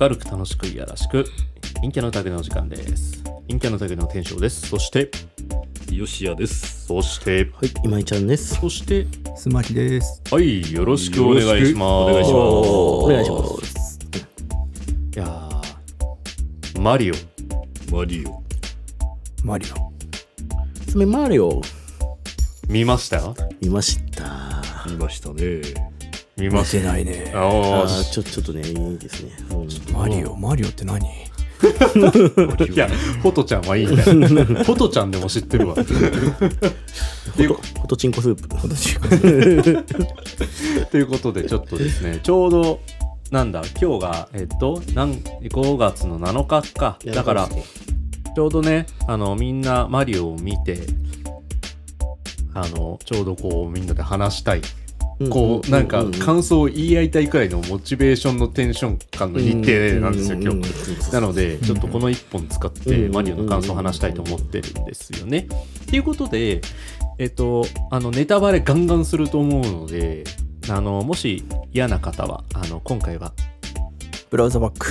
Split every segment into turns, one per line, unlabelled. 明るく楽しくいやらしく陰キャの旅の時間です陰キャの旅の天翔ですそして
よしやです。
そして
はい、今井ちゃんです。
そして
すまきです。
はいよろしくお願いします
よろしくお
お
願
願
い
い
し
し
ま
ますす。
いやーマリオ
マリオ。
マリオ。
つめマリオ
見ました
見ました。あ
見ましたね。
見
見
まして
ないね
た。あ
ー
ー
ちょちょっとね、いいですね。うん
マリオ、マリオって何
マリオ
いやホトちゃんはいい んだよホトちゃんでも知ってるわっていう
ホトチンコスープ。
今年
ということでちょっとですねちょうどなんだ今日がえっとなん5月の7日かだからちょうどねあのみんなマリオを見てあのちょうどこうみんなで話したいこうなんか感想を言い合いたいくらいのモチベーションのテンション感の日程なんですよ今日。
日
なのでちょっとこの1本使って
うん
マリオの感想を話したいと思ってるんですよね。っていうことで、えっと、あのネタバレガンガンすると思うのであのもし嫌な方はあの今回は、
ブラウザバック。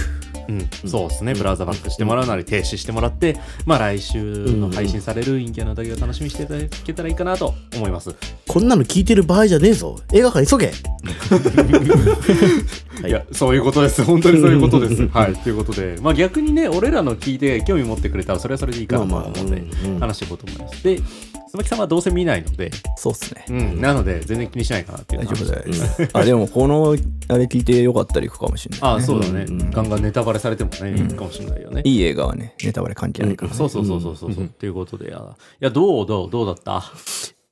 うん、そうですねブラウザバックしてもらうなり停止してもらって、まあ、来週の配信される陰キャのだけを楽しみにしていただけたらいいかなと思います。
こんなの聞いてる場合じゃねえぞ。映画館急げ。はい
いや、そういうことです。 本当にそういうことです。はい。ということで、まあ逆にね、俺らの聞いて興味持ってくれたら、それはそれでいいかなと
まあま
思
あ
うので
うんう、ん
話していこうと思います。で、須巻さんはどうせ見ないので、
そうっすね。
うん、なので、全然気にしないかなっていう
大
の
丈
は。
夫です。 あ、でもこの、あれ聞いてよかったら行くかもしれない。
ああ、そうだね
うんうん。
ガンガンネタバレされてもね、いいかもしれないよね。
いい映画はね、ネタバレ関係ないから。
そうそうそうそうそう。ということで、いや、いやどうどうどうだった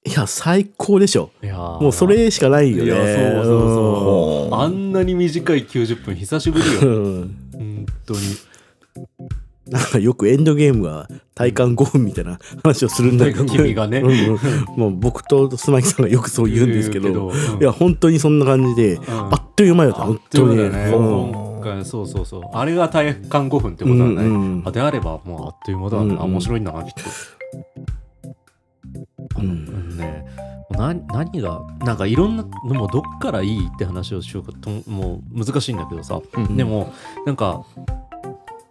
いや、最高でしょ。
いやー
もうそれしかないよね。
いやそうそう
ほー
あんなに短い90分、久しぶりよ。
うん
本当に。
なんか よくエンドゲームは体感5分みたいな話をするんだけど
君がね
うんうんもう僕と須巻さんがよくそう言うんですけ
言う
ど
けどうん
いや本当にそんな感じで、あっという間よ
あっ
本
という
当
間
に
だよね。
うん
今回そうそうそう。あれが体感5分ってことはない。
うんうん
あであれば、もうあっという間だな。
うんうん
面白いんだな、きっと。う
う
んんね、な何が、なんかいろんな、もうどっからいいって話をしようかと、もう難しいんだけどさ。
うん
でも、なんか、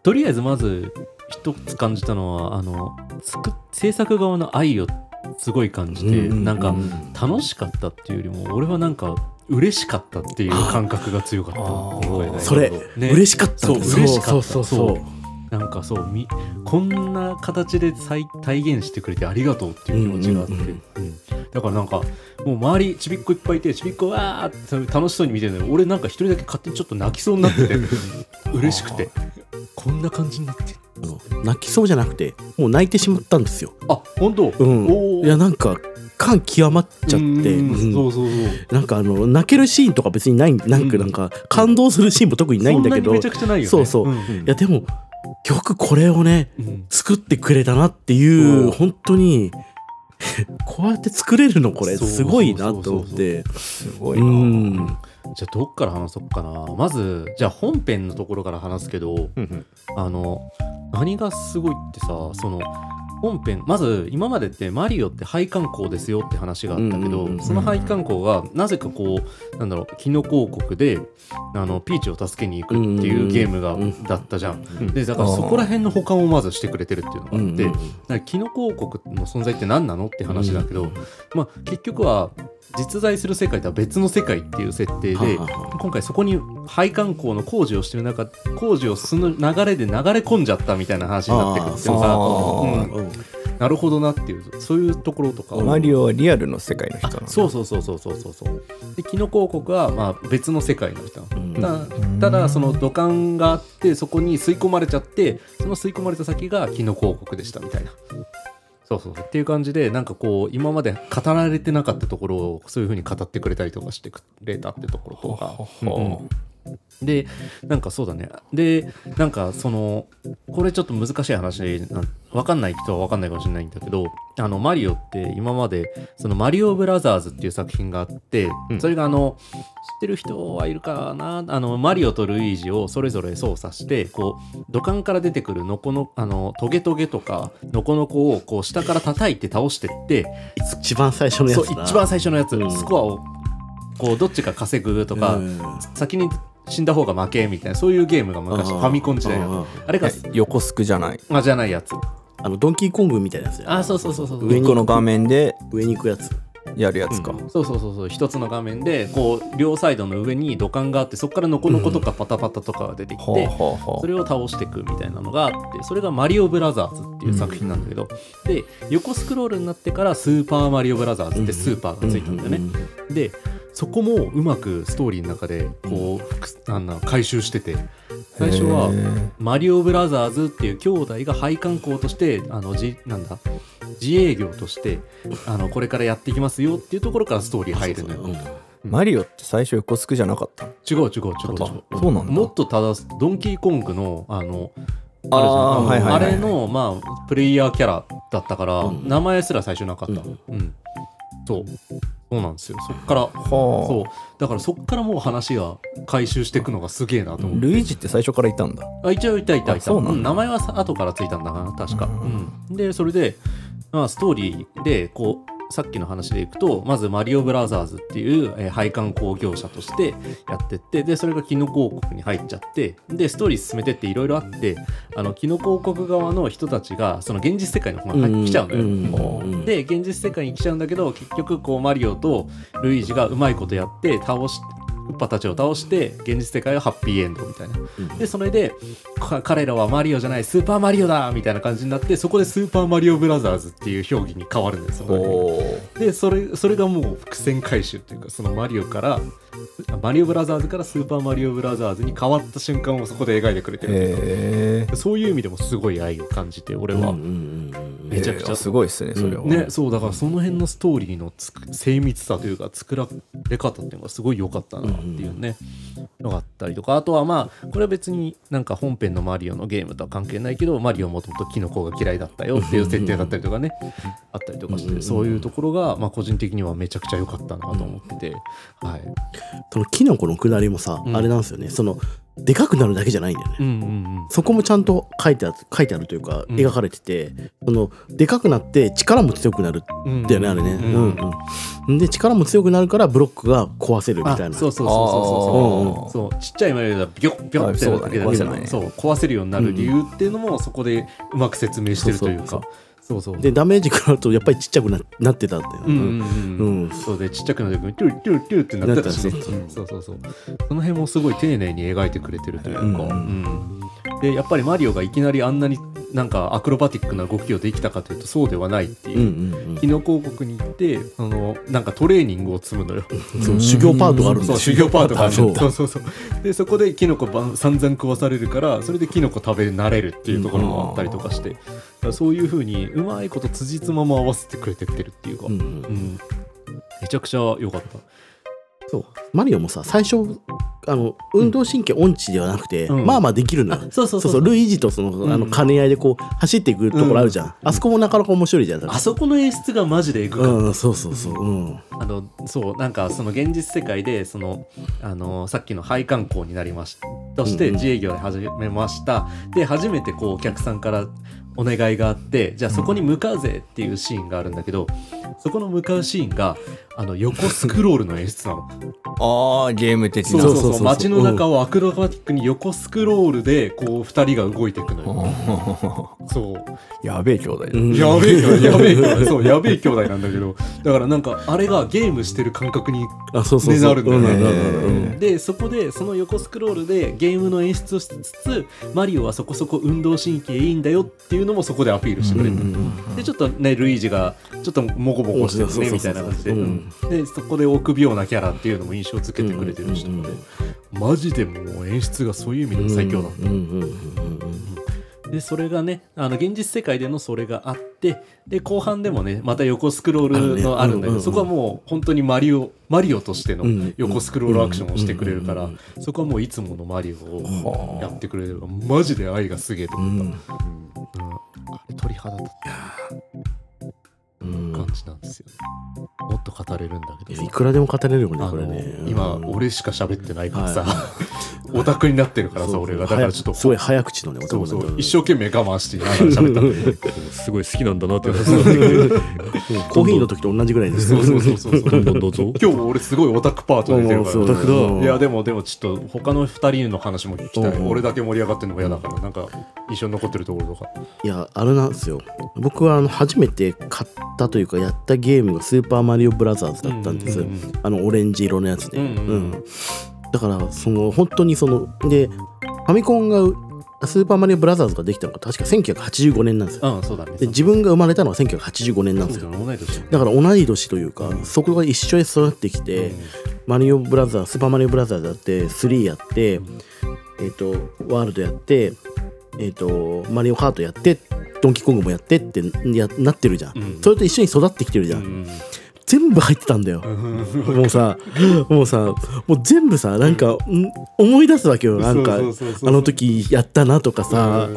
とりあえずまず一つ感じたのは、あの、作制作側の愛をすごい感じて、
うんうん
なんか、楽しかったっていうよりも、俺はなんか、嬉しかったっていう感覚が強かった。
あー
覚えがね
それ、
ね
嬉しかったんだ
そう嬉しかった
そうそうそう
そなんかそうみこんな形で再体現してくれてありがとうっていう気持ちがあって、
う
うん
うんうん
だからなんかもう周りちびっ子いっぱいいてちびっ子わーってそれ楽しそうに見てるのに俺なんか一人だけ勝手にちょっと泣きそうになってて嬉しくてこんな感じになって
うん泣きそうじゃなくてもう泣いてしまったんですよ、
あ本当、
うん
おー
いやなんか感極まっちゃって、
うん
うん
そうそうそう
なんかあの泣けるシーンとか別にないなんかなんか感動するシーンも特にないんだけ
そんなに
ど、
めちゃくちゃないよね
そうそうん
ん
いやでもよくこれをね
うん
作ってくれたなって
そ
いうう本当に こうやって作れるのこれ
そう
すごいなと思っ
そうそう
て
すごいうな。
ん
じゃあどっから話そうかなまずじゃあ本編のところから話すけど、あの何がすごいってさその本編まず今までってマリオって配管工ですよって話があったけど、
うんうんうん
その配管工がなぜかこうなんだろうキノコ王国であのピーチを助けに行くっていうゲームが、
うんうん
だったじゃん。
うん
でだからそこら辺の保管をまずしてくれてるっていうのがあって、
うんうん
だからキノコ王国の存在って何なのって話だけど、まあ、結局は実在する世界とは別の世界っていう設定で。
はあはあ
今回そこに配管工の工事をしてる中工事をする流れで流れ込んじゃったみたいな話になってくるっていうの
あ
が、
ー
うんなるほどなっていうそういうところとか
マリオはリアルの世界の人なの。。
そううそうそうそうそうそうそうでキノコ王国はまあ別の世界の人なの
うん
たただその土管があってそこに吸い込まれちゃってその吸い込まれた先がキノコ王国でしたみたいなそうそうそうっていう感じでなんかこう今まで語られてなかったところをそういうふうに語ってくれたりとかしてくれたってところとかうんでなんかそうだねでなんかそのこれちょっと難しい話な分かんない人は分かんないかもしれないんだけどあのマリオって今までそのマリオブラザーズっていう作品があって、それがあの知ってる人はいるかなあのマリオとルイージをそれぞれ操作してこう土管から出てくるノコのあのトゲトゲとかノコノコをこう下から叩いて倒してって
一番最初のや
そう
つだ
一番最初のやつ、
うん
スコアをこうどっちか稼ぐとか、
うん
先に死んだ方が負けみたいなそういうゲームが昔フ
あー
ァミコン時代
あ
の
ー
あれが
え横スクじゃない。
あじゃないやつ
あのドンキーコングみたいなやつや
あそうそうそうそうそう
上
1
に
個の画面で
上に行くやつ
やるやつか。
そうそうそうそう一つの画面でこう両サイドの上に土管があってそこからノコノコとかパタパタとかが出てき
は
て
あ、はあは
それを倒していくみたいなのがあってそれが「マリオブラザーズ」っていう作品なんだけど、で横スクロールになってから「スーパーマリオブラザーズ」ってスーパーがついたんだよね、
うんうん
でそこもうまくストーリーの中でこう複数、あんな回収してて最初は
へー
「マリオブラザーズ」っていう兄弟が配管工としてあのじなんだ自営業としてあのこれからやっていきますよっていうところからストーリー入るのよ。
うん
マリオって最初横スクじゃなかった。
違う違う違う違う。
そうなんだ。
もっと正すドンキーコングのあのあるじゃ
あ
ん
あーはいはいはい
あれの、まあ、プレイヤーキャラだったから、
うん
名前すら最初なかった、
う
うん
ん
そうそうなんですよそっから
は
そうだからそっからもう話が回収していくのがすげえなと
あ
思う、
ルイージって最初からいたんだ。
あ一応いたいたい
あ
た、
そうなんだ
名前はさ後からついたんだな確か、
う
うんでそれで、まあ、ストーリーでこうさっきの話でいくとまずマリオブラザーズっていう、えー配管工業者としてやってってでそれがキノコ王国に入っちゃってでストーリー進めてっていろいろあってあのキノコ王国側の人たちがその現実世界の方が入ってきちゃうのよ、
うん
で現実世界に来ちゃうんだけど結局こうマリオとルイージがうまいことやって倒しウッパたちを倒して現実世界はハッピーエンドみたいな、
ん
でそれでか彼らはマリオじゃないスーパーマリオだみたいな感じになってそこでスーパーマリオブラザーズっていう表現に変わるんですよ
お
でそれそれがもう伏線回収というかそのマリオからマリオブラザーズからスーパーマリオブラザーズに変わった瞬間をそこで描いてくれてる、
へえ。
そういう意味でもすごい愛を感じて俺
うんう
は、
んうん
めちゃくちゃ
えーすごいですねそれは。
ね、そうだからその辺のストーリーのつく精密さというか作られ方っていうのがすごい良かったなっていうね、のがあったりとかあとはまあこれは別になんか本編のマリオのゲームとは関係ないけどマリオもともとキノコが嫌いだったよっていう設定だったりとかねあったりとかしてそういうところがまあ個人的にはめちゃくちゃ良かったなと思ってて、はい、
そのキノコのくだりもさ、
うん
あれなんですよねそのでかくなるだけじゃないんだよね、
うんうん
そこもちゃんと書いてある書いてあるというか
うん
描かれてて、そのでかくなって力も強くなる
うんうん
だよねあれね、
う
うんんうんで力も強くなるからブロックが壊せるみ
あ
たいな
そうそうそうそうそうそうそうちっちゃいマリオだとビョッビョッってなるだけだ
あ
け
そう
ど
だね壊せないね
そう壊せるようになる理由っていうのもそこでうまく説明してるというかそうそう
でダメージ食らうとやっぱりちっちゃくななってたんだよ、
うんう
うん
ん
う
うん
ん
そうでちっちゃくなる時にトゥルトゥルトゥルってなってたしね
なってた
うんそうそうそうその辺もすごい丁寧に描いてくれてるというか、うんでやっぱりマリオがいきなりあんなになんかアクロバティックな動きをできたかというとそうではないっていう、
うんうん
キノコ王国に行ってあのなんかトレーニングを積むのよ
うんそう修行パートがあるんだ
そう
よ
修行パートがある
そう
そうそうそうでそこでキノコばん散々食わされるからそれでキノコ食べ慣れるっていうところもあったりとかして、だからそういうふうにうまいこと辻褄も合わせてくれてってるっていうか、
うんうん
うんめちゃくちゃ良かった
そうマリオもさ最初あの運動神経音痴ではなくて、
うん
まあまあできるのよ、
そうそ
そうそうルイージとその,、あの兼ね合いでこう走っていくところあるじゃん、あそこもなかなか面白いじゃん
あそこの演出がマジでエグかった
うんそうそうそううん
あのそうなんかその現実世界でそのあのさっきの配管工になりましたとし
うん
て
うん
自営業で始めました、で初めてこうお客さんからお願いがあってじゃあそこに向かうぜっていうシーンがあるんだけど、そこの向かうシーンがあの横スクロールの演出なの
ああゲーム的
そう
な。
そう
そ
そう
うそうそう
街の中をアクロバティックに横スクロールでこう2人が動いていくのよ、そう
やべえ兄弟だ。
うん
やべえ兄弟、やべえ兄弟、そう、やべえ兄弟なんだけど、だからなんか、あれがゲームしてる感覚に
あそうそうそう
ねなるんだよね
ううんうんうん
でそこでその横スクロールでゲームの演出をしつつマリオはそこそこ運動神経いいんだよっていうのもそこでアピールしてくれる、でちょっとねルイージがちょっとモコモコしてる
そう
ね
そうそう
みたいな感じで、
うん
でそこで臆病なキャラっていうのも印象付けてくれてる人で、マジでもう演出がそういう意味で最強だ、
うんうんうんうん
でそれがねあの現実世界でのそれがあってで後半でもねまた横スクロールのあ
あ
る
る
ん
ね
だけど、
うんうんうん
そこはもう本当にマリオマリオとしての
うん
横スクロールアクションをしてくれるから、
うんうん
そこはもういつものマリオをやってくれるマジで愛がすげえと
う
思った、
ん
うんあれ鳥肌立っ
うん
た感じなんですよね、もっと語れるんだけ
い
ど
や
さ
いくらでも語れるよね
あ
これ
の
ね
今
うん
俺しか喋ってないからさ、 オタクになってるからさ、俺が。だからちょっと、
すごい早口のね、
そ
男
うそう、
の
一生懸命我慢して、なんか喋ったんだけど
すごい好きなんだな って話なんだけど
コーヒーの時と同じぐらいです。
そうそうそうそうそう。
どんどんどうぞ。
今日俺すごいオタクパート出てるから。
だ
いやでもでもちょっと他の2人の話も聞きたい、
うん
俺だけ盛り上がってるのも嫌だからなんか印象に残ってるところとか
いやあれなんですよ僕はあの初めて買ったというかやったゲームが「スーパーマリオブラザーズ」だったんです、
うんうんうん
あのオレンジ色のやつで、
うんうんうん
だからその本当にそのでファミコンがスーパーマリオブラザーズができたのが確か1985年なんですよ
うんそうだね
で自分が生まれたのは1985年なんですよだから同い年というか、そこが一緒に育ってきて、マリオブラザースーパーマリオブラザーズやって3やって、えっとワールドやって、えっとマリオカートやってドンキーコングもやってってやなってるじゃん、
うん
それと一緒に育ってきてるじゃん、全部入ってたんだよ、もうさもうさもう全部さなんか、ん思い出すわけよなんか
そうそうそうそう
あの時やったなとかさ、
うん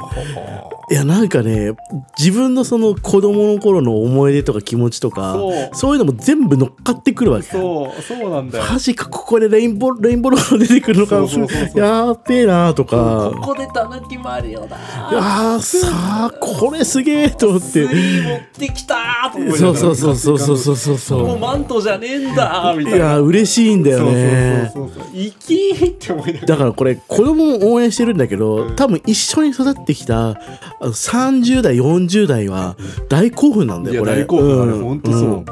いやなんかね自分のその子供の頃の思い出とか気持ちとか
そう
そういうのも全部乗っかってくるわけ
そうそうなんだよ
マジかここでレインボーレインボーロード出てくるのか
そうそうそうそう
やーべえなーとか
こでたぬきマリオだ
あーさあこれすげえと思って
持ってきたーと
そうそうそうそうそうそうそうそう
マントじゃねえんだーみ
いやー嬉しいんだよね
そうそうそうそう生きーって思いなが
だからこれ子供を応援してるんだけど多分一緒に育ってきたあの30代40代は大興奮なんだ
いや
よこれ
大興奮あれ
うん
ほんとそうん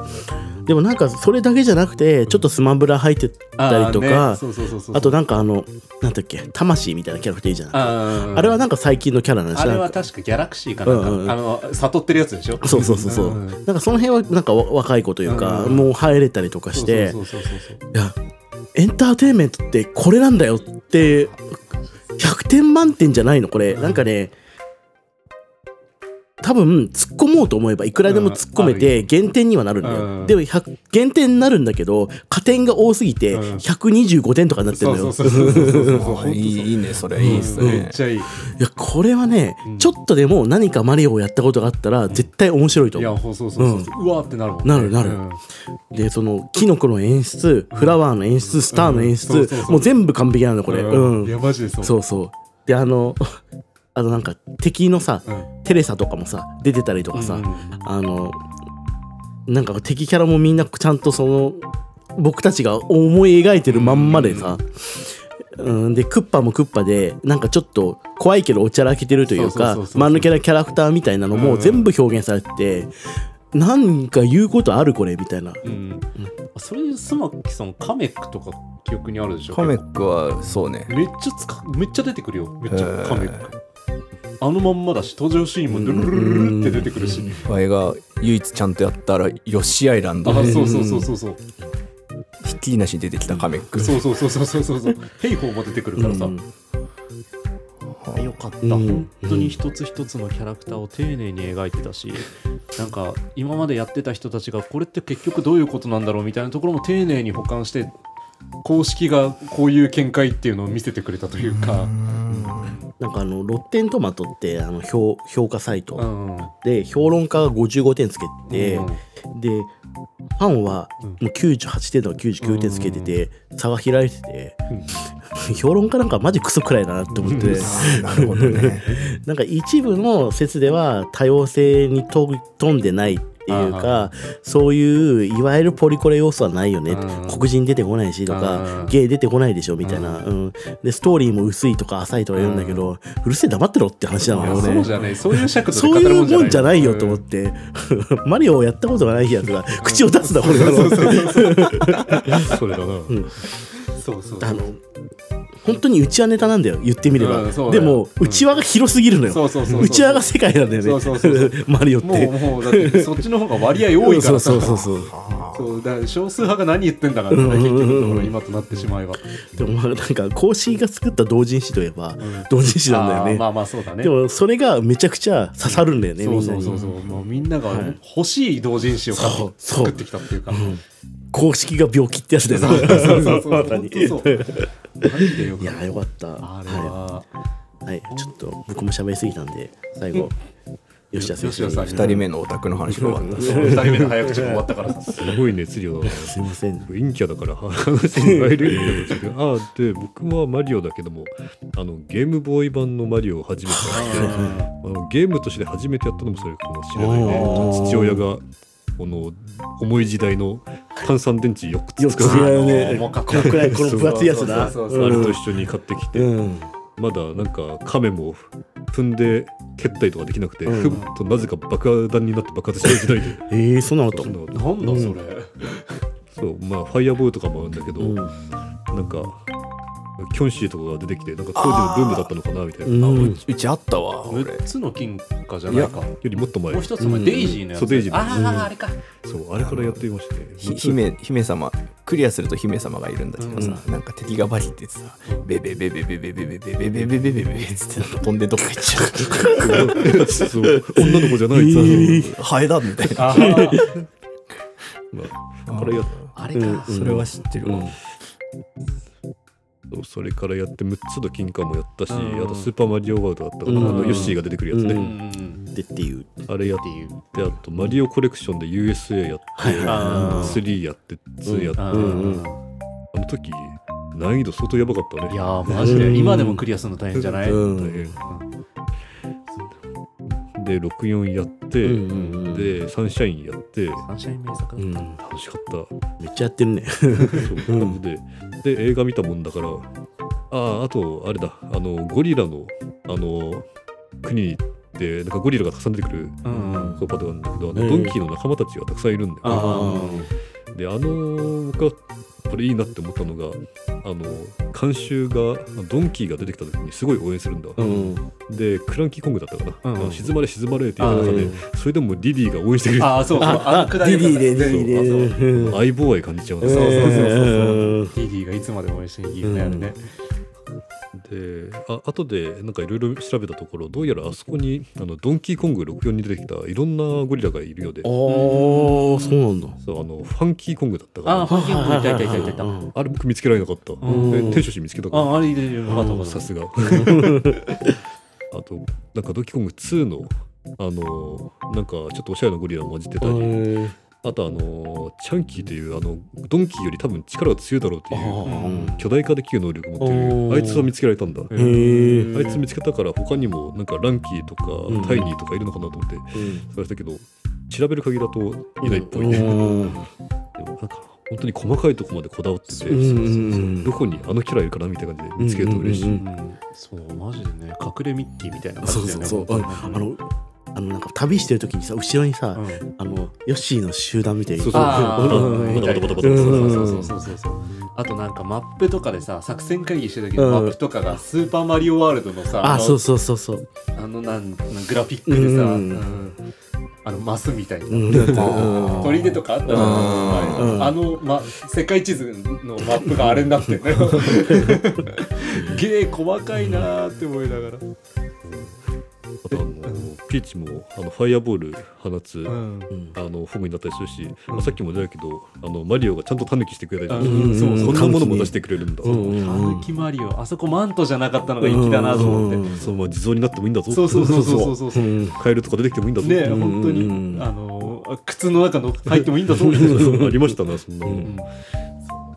でもなんかそれだけじゃなくてちょっとスマブラ入ってた
ら
りとか
そうそうそうそう
あとなんかあのなんだっけ魂みたいなキャラクターいいじゃない
あー
あれはなんか最近のキャラなんです
あ
よ
れは確かギャラクシーかなんか、
うんうんうん
あの悟ってるやつでしょ
そうそうそうそう。
ん
なんかその辺はなんかわ若い子というか、
うん
もう入れたりとかして、
そうそうそうそうそう
いやエンターテインメントってこれなんだよって100点満点じゃないのこれ。なんかね。多分突っ込もうと思えばいくらでも突っ込めて減点にはなるんだよ、
うん
でも100減点になるんだけど加点が多すぎて
うん
125点とかになってるんだよ、
そうそうそうそうそうそう
あいいいいねそれいいっす
めっ
ね
ちゃいい。
いやこれはね、
うん
ちょっとでも何かマリオをやったことがあったら絶対面白いと
い
思う
や、そうそうそうそう。うわーってなるもんね。
なるなる
うん
でそのキノコの演出フラワーの演出スターの演出、
うんそうそうそう
もう全部完璧なのこれうん、
いや、マジでそう。
そうそうであの あのなんか敵のさ、
うん
テレサとかもさ出てたりとかさ、
うん
あのなんか敵キャラもみんなちゃんとその僕たちが思い描いてるまんまでさ、うん、でクッパもクッパでなんかちょっと怖いけどおちゃらけてるという
そうそう
か
そうそう
間抜けなキャラクターみたいなのも全部表現されてて、なんか言うことあるこれみたいな
うん。あそれ、スマキさん、カメックとか記憶にあるでしょ
カメックはそうね
めっちゃ使うめっちゃ出てくるよ。めっちゃ
へー
カメック。あのまんまだし、登場シーンもルルルルルルって出てくるし。
あれが唯一ちゃんとやったらヨシアイランド
あ、
で
そうそうそうそうそう。
ひっきりなしに出てきたカメック
そうそうそうそうそうそうそう。ヘイホーも出てくるからさ。よかった、
うん
本当に一つ一つのキャラクターを丁寧に描いてたし、なんか今までやってた人たちがこれって結局どういうことなんだろうみたいなところも丁寧に保管して公式がこういう見解っていうのを見せてくれたというか、
なんかあのロッテントマトってあの評評価サイ
う
ト
ん
で評論家が55点つけて、
うん
でファンは
うん
もう98点とか99点つけてて、差が開いてて、 評論家なんかマジクソくらいだなって思って、
なるほどね
なんか一部の説では多様性にと富んでないっていうかそういういわゆるポリコレ要素はないよね
うん
黒人出てこないし
う
とか
ん
ゲイ出てこないでしょみたいな、うん、でストーリーも薄いとか浅いとか言うんだけどうるせえ黙ってろって話ないの
や
よ
そうじ
ね。
ゃないそういう尺度
そう
で語
い
るも
うん
じゃ
も
ない
んじゃないよと思っ
うん
てマリオをやったことがないやつが口を出すな俺は
それだな。
そうそう
あの本当に内輪ネタなんだよ言ってみれば、
うんそうだ
で
よ
も
うん
内輪が広すぎるのよ、
そうそうそうそう
内輪が世界なんだよね
そうそうそうそ
マリオって
もうもうだってそっちの方が割合多いからさ
そうそうそうそ
そうだから少数派が何言ってんだからね結局のところ今となってしまえば
うでもまあなんか孔子が作った同人誌といえば、同人誌なんだよ
あ
ね、
ーまあまあそうだね
でもそれがめちゃくちゃ刺さるんだよね、
そう
みん
そ
な
う
に
そうそう、もうみんなが欲しい同人誌を買って
そうそう
作ってきたっていうか、
公式が病気ってやつだよね
そうそうそう
ま
そ
さ
う
に
そうマジでよ
い
く
やーよかった
あれ
は
は、
い、はい、ちょっと僕も喋りすぎたんで最後吉田選手
吉田
二人目のオタクの話
よかったです二人目の早口が終わったからさ。
すごい熱量だな。
すいません
陰キャだから話に入れるんだけどああで僕はマリオだけどもあのゲームボーイ版のマリオを初めてやってあのゲームとして初めてやったのもそれかもしれない
あ
ね
ー
父親がこの重い時代の炭酸電池4つ
よく
使う
違
あ
う
の
ね
重かっ
こ
た
のくらいこの分厚いやつだ
そうそう
あ
そうそう
れと一緒に買ってきて、
うん
まだなんか亀も踏んで蹴ったりとかできなくて、
うん
ふっとなぜか爆弾になって爆発した時代で
えー、そんなのあった
そんなこと
なんだそれ。
そうまあファイアボールとかもあるんだけど、
うん
なんかキョンシーとかが出てきてなんか当時のブームだったのかなみたいな、よ
うん
うちあったわ俺
6つの金貨じゃないか。も
りもっと前
う一つ前、
うん
デイジーのやつ。
そうデイジーのやつ
ああ、あれか。
そうあれからやっていまして、ね、
ひ姫姫様クリアすると姫様がいるんだけどさ、なんか敵がバリっててさ、ベベベベベベベベベベベベベベベベつってなんか飛んでどっか行っちゃ
そう女の子じゃないさ、
うハエだみたいな
あー
まあ、これや
あれか。
それは知ってるわ、
そうそれからやって6つの金貨もやったし、
うん
あと「スーパーマリオワールド」だったかな、
うん
あのヨッシーが出てくるやつね、
う
うん
でっていう
あれやってあと「マリオコレクション」で USA やって、
あー
3やって2やって、
あ
あ
ー
の時難易度相当やばかったね
いやー、マジ
う
で。
ん
今でもクリアするの大変じゃない
うん
大変で64やって、
うんうんうん
でサンシャインやって
サンシャイン名作だったんだ。
楽しかった
めっちゃやってるね
そうなのでで映画見たもんだからあああとあれだあのゴリラのあの国に行ってなんかゴリラがたくさん出てくる
うんうん
そうパターンなんだけどあ
え
の
え
ドンキーの仲間たちがたくさんいるんだよ、
あ
であの僕はこれいいなって思ったのがあの監修がドンキーが出てきた時にすごい応援するんだ、
うん
でクランキーコングだったかな、
うんうん
静まれ静まれっていう中で、
うん
それでもリリーが応援してくれる
あー、そうそう。あのくだり
ディ
よか
デ
っ
ィ
た
でディディでうん
相棒愛感じちゃうんですよ、
そうそうそうそう
うん
ディディがいつまでも一緒にいるね、あれね。
であ後でなんかいろいろ調べたところどうやらあそこにあのドンキーコング64に出てきたいろんなゴリラがいるようで
あーそうなんだ
そうあのファンキーコングだったか
ああ、
ら
ファンキングいたいたいたいたいた。あ
あれ僕見つけられなかった
ん
え天使氏見つけたか
あ、あれいるいる。わかったわ
ら
かった
さす があとなんかドンキーコング2のあのなんかちょっとおしゃれなゴリラを混じってたり、
うん
あとあのチャンキーというあのドンキーより多分力が強いだろうという
うん
巨大化できる能力を持って
お
る
ー
あいつは見つけられたんだ
へー
あいつ見つけたから他にもなんかランキーとか
ん
タイニーとかいるのかなと思って探したけど調べる限りだといないっぽい、でも
うん
なんか本当に細かいとこまでこだわってて、
うん
どこにあのキャラいるかなみたいな感じで見つけると嬉しい、
うんうん
うんそう、マジでね、隠れミッキーみたいな
そ
感
う
じだよ
そう
ね。
そう
本
あ
当に
あ、のあのなんか旅してる時にさ後ろにさ、
うん
あのヨッシーの集団みたいな
そうそう
ああ、
うん
みたいな
バタ
そ
バタ
う
バタ
そう
バタ
そうそうそうそう。あとなんかマップとかでさ、作戦会議してる時のマップとかがスーパーマリオワールドのさ、
あ
の
そうそうそうそう
あのなんなんグラフィックでさ、
うん
うんあのマスみたいな。
うんだって
砦とかあったじゃない
うん
あの、ま、世界地図のマップがあれになってるのよゲー細かいなーって思いながら、
あとあのピーチもあのファイアボール放つ、
うん
あのフォームになったりするし、まあさっきも出たけどあのマリオがちゃんとタヌキしてくれたりとか、
うん
そう
うん
そんなものも出してくれるんだ、
うんう
タ
んう
ヌ
ん
キマリオあそこマントじゃなかったのが粋だなと思って、
うんうんうん
そうまあ地蔵になってもいいんだぞ
そうそうそうそうそうそう
うん
カエルとか出てきてもいいんだぞ
ねえ
うん
本当に、
うんうん
あのー靴の中の入ってもいいんだそうみたいな
そうありましたなそんなの、
うん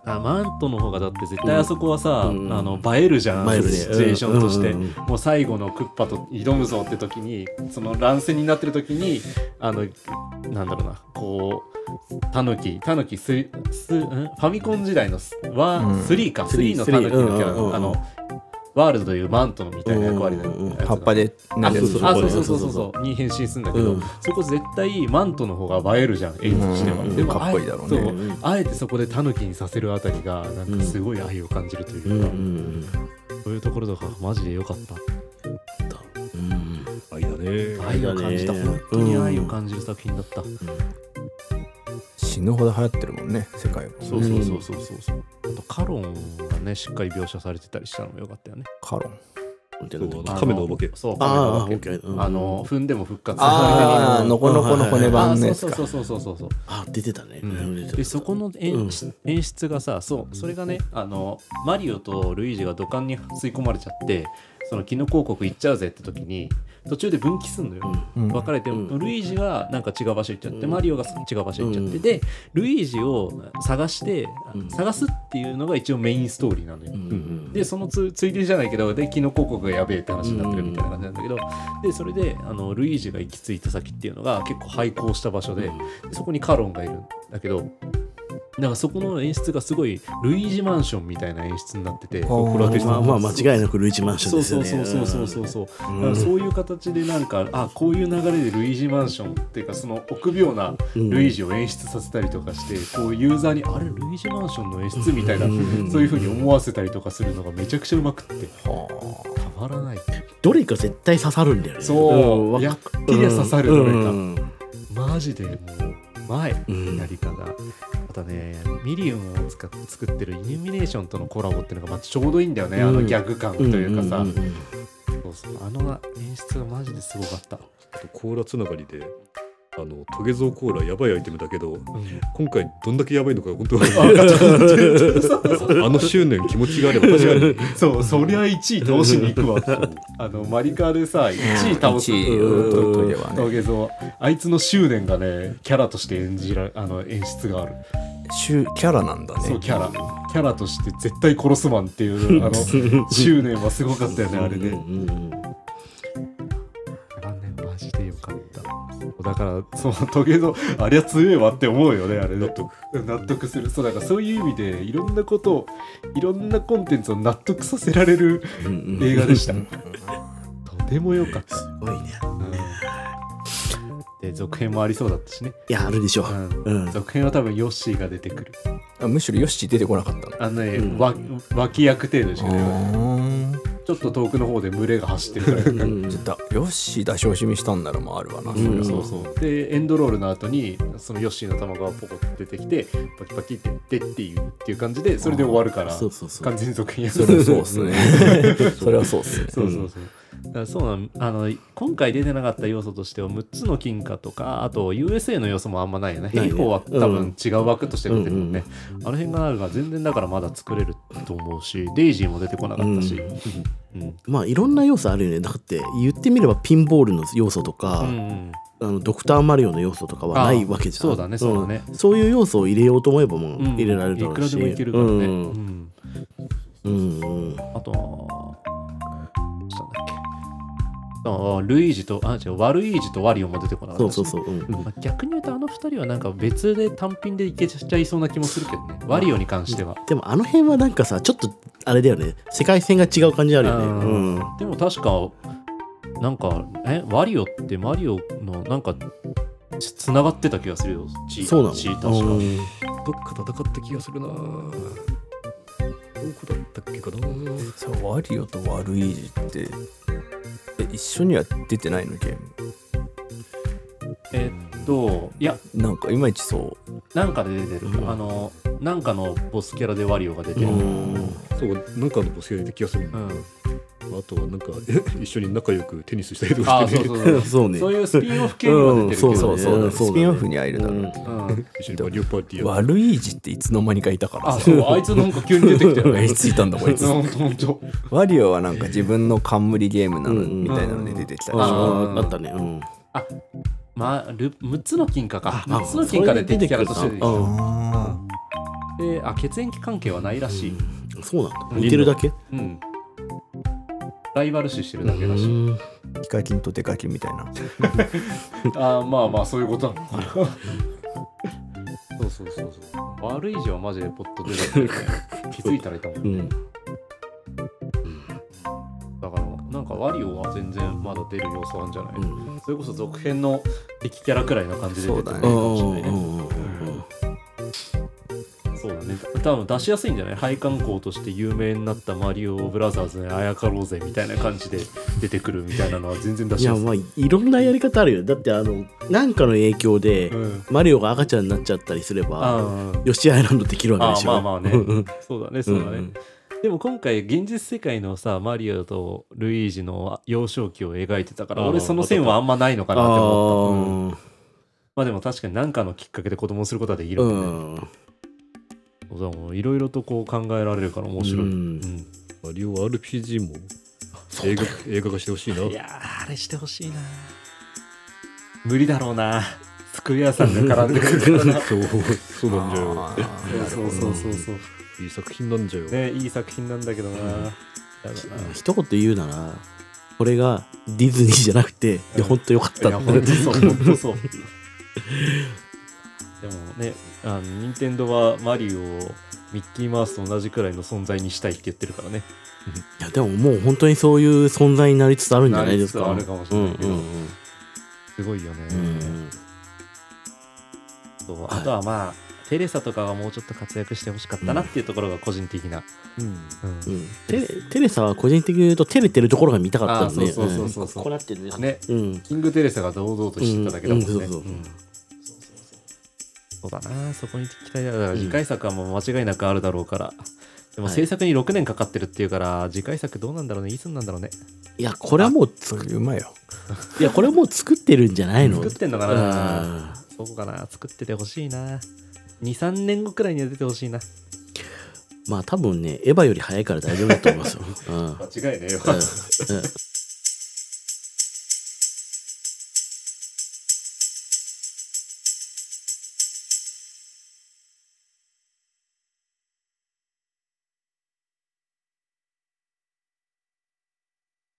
あマントの方がだって絶対あそこはさ、
うん
あの映えるじゃん、
映えるね
シチュエーションとして、
うんうんうん
もう最後のクッパと挑むぞって時にその乱戦になってる時にあのなんだろうなこうタヌキタヌキスリスんファミコン時代のスは
うん
3か、
ス
3
リー
のタヌキのキャラ、
うんうんうんうん
あのワールドというマントのみたいな役割のや
うんうんうん
つが
葉っぱでな
あ
る
そう
や
そ
つ
う
葉っぱ
あ
で
そうそうそうそう
そ
そうに変身するんだけど、
うん
そこ絶対マントの方が映えるじゃん演出としては、
うん
でも
かっこいいだろう
あえ
ね
そあえてそこでタヌキにさせるあたりがなんかすごい愛を感じるというか、
うん
そういうところとかマジで良かった
うん
愛だね
愛を感じた
うん
本当に愛を感じる作品だった、
死ぬほど流行ってるもんね世界も
そうそうそうそうそうそうあとカロンがねしっかり描写されてたりしたのも良かったよね
カロン
そうあの
あ
亀のお化け
そう亀の
あ
お
ー
化
オッ
け
ケーうん
あの踏んでも復活する
あ
た
あ
めに
ノコノコの骨
あ
盤の
ー
や
そう
つか
そうそうそうそうそう
あ出てたね、出てた
でそこの演,、演出がさそうそれがねあのマリオとルイージが土管に吸い込まれちゃってそのキノ広告行っちゃうぜって時に途中で分岐すんのよ、
うん
分かれて、
うん
ルイージがなんか違う場所行っちゃって、
うん
マリオが違う場所行っちゃって、
うん
でルイージを探して、
うん
探すっていうのが一応メインストーリーなのよ、
うん
でそのつついでじゃないけどでキノコ国がやべえって話になってるみたいな感じなんだけど、でそれであのルイージが行き着いた先っていうのが結構廃校した場所で、そこにカロンがいるんだけどなんかそこの演出がすごいルイージマンションみたいな演出になってて
ほう
これはテスト
まあ
なん
まあ
ですけど
間違いなくルイージマンション
そう
です
そ
よ
う
ね
そうそうそうそうそう、
うん
だからそういう形でなんかあこういう流れでルイージマンションっていうかその臆病な
うん
ルイージを演出させたりとかして、こうユーザーにあれルイージマンションの演出みたいな、
うん
そういうふうに思わせたりとかするのがめちゃくちゃうまくって
はあ
たまらない
どれか絶対刺さるんだよね
そう、
んわ
やっきり刺さる
う
ど
ん
れか、
うん
マジでもう前や
うん
り方またねミリオンを使っ作ってるイルミネーションとのコラボっていうのがまたちょうどいいんだよね、あのギャグ感というかさ、
んんん
そうそうあの演出がマジですごかった、
あとコーラつながりであのトゲゾウコーラやばいアイテムだけど今回どんだけやばいのか 本当はあの執念気持ちがあれば確かに
そう そりゃ1位倒しに行くわ あのマリカでさ1位倒す
1位
うん
トイトイレはね
トゲゾウあいつの執念がねキャラとして演じらあの演出がある
シュキャラなんだね
そうキャラキャラとして絶対殺すマンって いうあの執念はすごかったよねあれね
うんうん
あれねマジでよかっただからそのトゲゾウありゃ強えわって思うよねあれ納得納得するそうだからそういう意味でいろんなことをいろんなコンテンツを納得させられる
うんうん
映画でしたとても良かった
すごいね
で続編もありそうだったしね、
いやあるでしょ
うん
うん
続編は多分ヨッシーが出てくる
あむしろヨッシー出てこなかったの
あのね、
うん
わ脇役程度でしか出ない
あ
ちょっと遠くの方で群れが走ってるぐらいだから
うん
ーちょっとヨッシー出し惜しみしたんならもあるわな、
ん
そ
そ
りゃ
うそうでエンドロールの後にそのヨッシーの卵がポコッと出てきてパキパキってってっていうっていう感じでそれで終わるから
そうそうそう
完全に続編やる
それはそうっすねそれはそうっすね
そうそうそう。だからそうなんあの今回出てなかった要素としては6つの金貨とかあと USA の要素もあんまないよね。
いね
平方は多分違う枠として出てるもんね。あの辺があるから全然だからまだ作れると思うしデイジーも出てこなかったし。うんうん
まあいろんな要素あるよねだって言ってみればピンボールの要素と
う
か、
ん
あのドクターマリオの要素とかはないわけじゃん
あそうだねそうだね
んそういう要素を入れようと思えばもう
うん
入れられるだろ
いうく
し、
らでもいけるからね。う
う
んん
うんうん
あとはどうしたんだっけああルイージとあ違うワルイージとワリオも出てこなか
そ
っ
う
たし
そうそう、うん
まあ逆に言うとあの二人はなんか別で単品でいけちゃいそうな気もするけどねワリオに関しては、
でもあの辺はなんかさちょっとあれだよね世界線が違う感じあるよね
うんでも確かなんかえワリオってマリオのなんかつながってた気がするよ
う
血
んそうなの
血確か、
うん
どっか戦った気がするなどこだったっけかな
さワリオとワルイージってえ一緒には出てないのゲーム
えっといや
なんかいまいちそう
なんかで出てる、
うん
あのなんかのボスキャラでワリオが出てる、
そうなんかのボスが出て気がするんだ
うん
あとはなんか一緒に仲良くテニスしたりと
あ
か
あ
して
そう
ね
そうそうそう
う んそうね
いうスピンオフ系には出てるけど、
うん
そうそう,、
うんそうだね
スピンオフにはいるだろう、
うん
うん
一緒にマリオパーティーや
ワルイージっていつの間にかいたから
あ
さ
そうあいつなんか急に出てきたよ ね
いついたんだこいつ
ほんとほんと
ワリオはなんか自分の冠ゲームなの、
うんうん
みたいなので出てきたり
あ
し
ああったねうん
まあ、ル6つの金貨か
あ
6つの金貨で出てきたらとして出てきた
うん
であ血液関係はないらしい、
そうなんだ似てるだけ
うんライバル視してるだけだ
う
し、
ん
ヒカキンとデカキンみたいな
ああまあまあそういうことなのかなそうそうそうそう悪い以上はマジでポッと出 たよね気づいたらいたもん、
うん
だからなんかワリオは全然まだ出る要素あるんじゃない、
うん
それこそ続編の敵キャラくらいの感じで出てくるか
うん
もしれないね
うん
そうだね多分出しやすいんじゃない配管工として有名になったマリオブラザーズにあやかろうぜみたいな感じで出てくるみたいなのは全然出
い
しや
や
すい
まあいろんなやり方あるよだってあのなんかの影響で、
うん
マリオが赤ちゃんになっちゃったりすれ
あ
ば
ー
ヨシアイランドできるわ
あ
けで
ー
し
ま
ょ
あまあね そうだねそうだね、
うん
でも今回現実世界のさマリオとルイージの幼少期を描いてたから
あー
俺その線はあんまないのかなって思った、うん
あ
まあでも確かに何かのきっかけで子供をすることはでき
あ
る
う
もんね
ん
そうだもんいろいろとこう考えられるから面白い、
う
うんん
マリオ RPG も映画映画化してほしいな。
いやーあれしてほしいな無理だろうなスクエアさんが絡んでくるからな
そう、そうなんじゃよ。
そうそうそうそう
いい作品なんじゃよ。
ねいい作品なんだけどな、やだな
一言言うならこれがディズニーじゃなくて、いや本当よかっ
い
た
や本当そう本当そうでもねあの任天堂はマリオをミッキーマウスと同じくらいの存在にしたいって言ってるからね
いやでももう本当にそういう存在になりつつあるんじゃないですか
なりつつあるかもしれないけど
うんうん
すごいよね、
うん
そうあとはまあ、テレサとかはもうちょっと活躍してほしかったなっていうところが個人的な、
うん
うん
うんテレテレサは個人的に言うと照れてるところが見たかった
あ
ん
ー
で
そうそうそうそうそう
こうなってるね
ね
うん
キングテレサが堂々としてただけだもんね、
うんうんそうそう
うんそうそうそうそうだなそこに期待だだから次回作はもう間違いなくあるだろうから、でも
はい
制作に6年かかってるっていうから、次回作どうなんだろうねいつになんだろうね
いやこれはもう
それうまいよ
いやこれはもう作ってるんじゃないの
作ってんのかなそうかな作っててほしいな23年後くらいには出てほしいな
まあ多分ねエヴァより早いから大丈夫だと思いますよ、うんうんうん
間違いねえわ
うん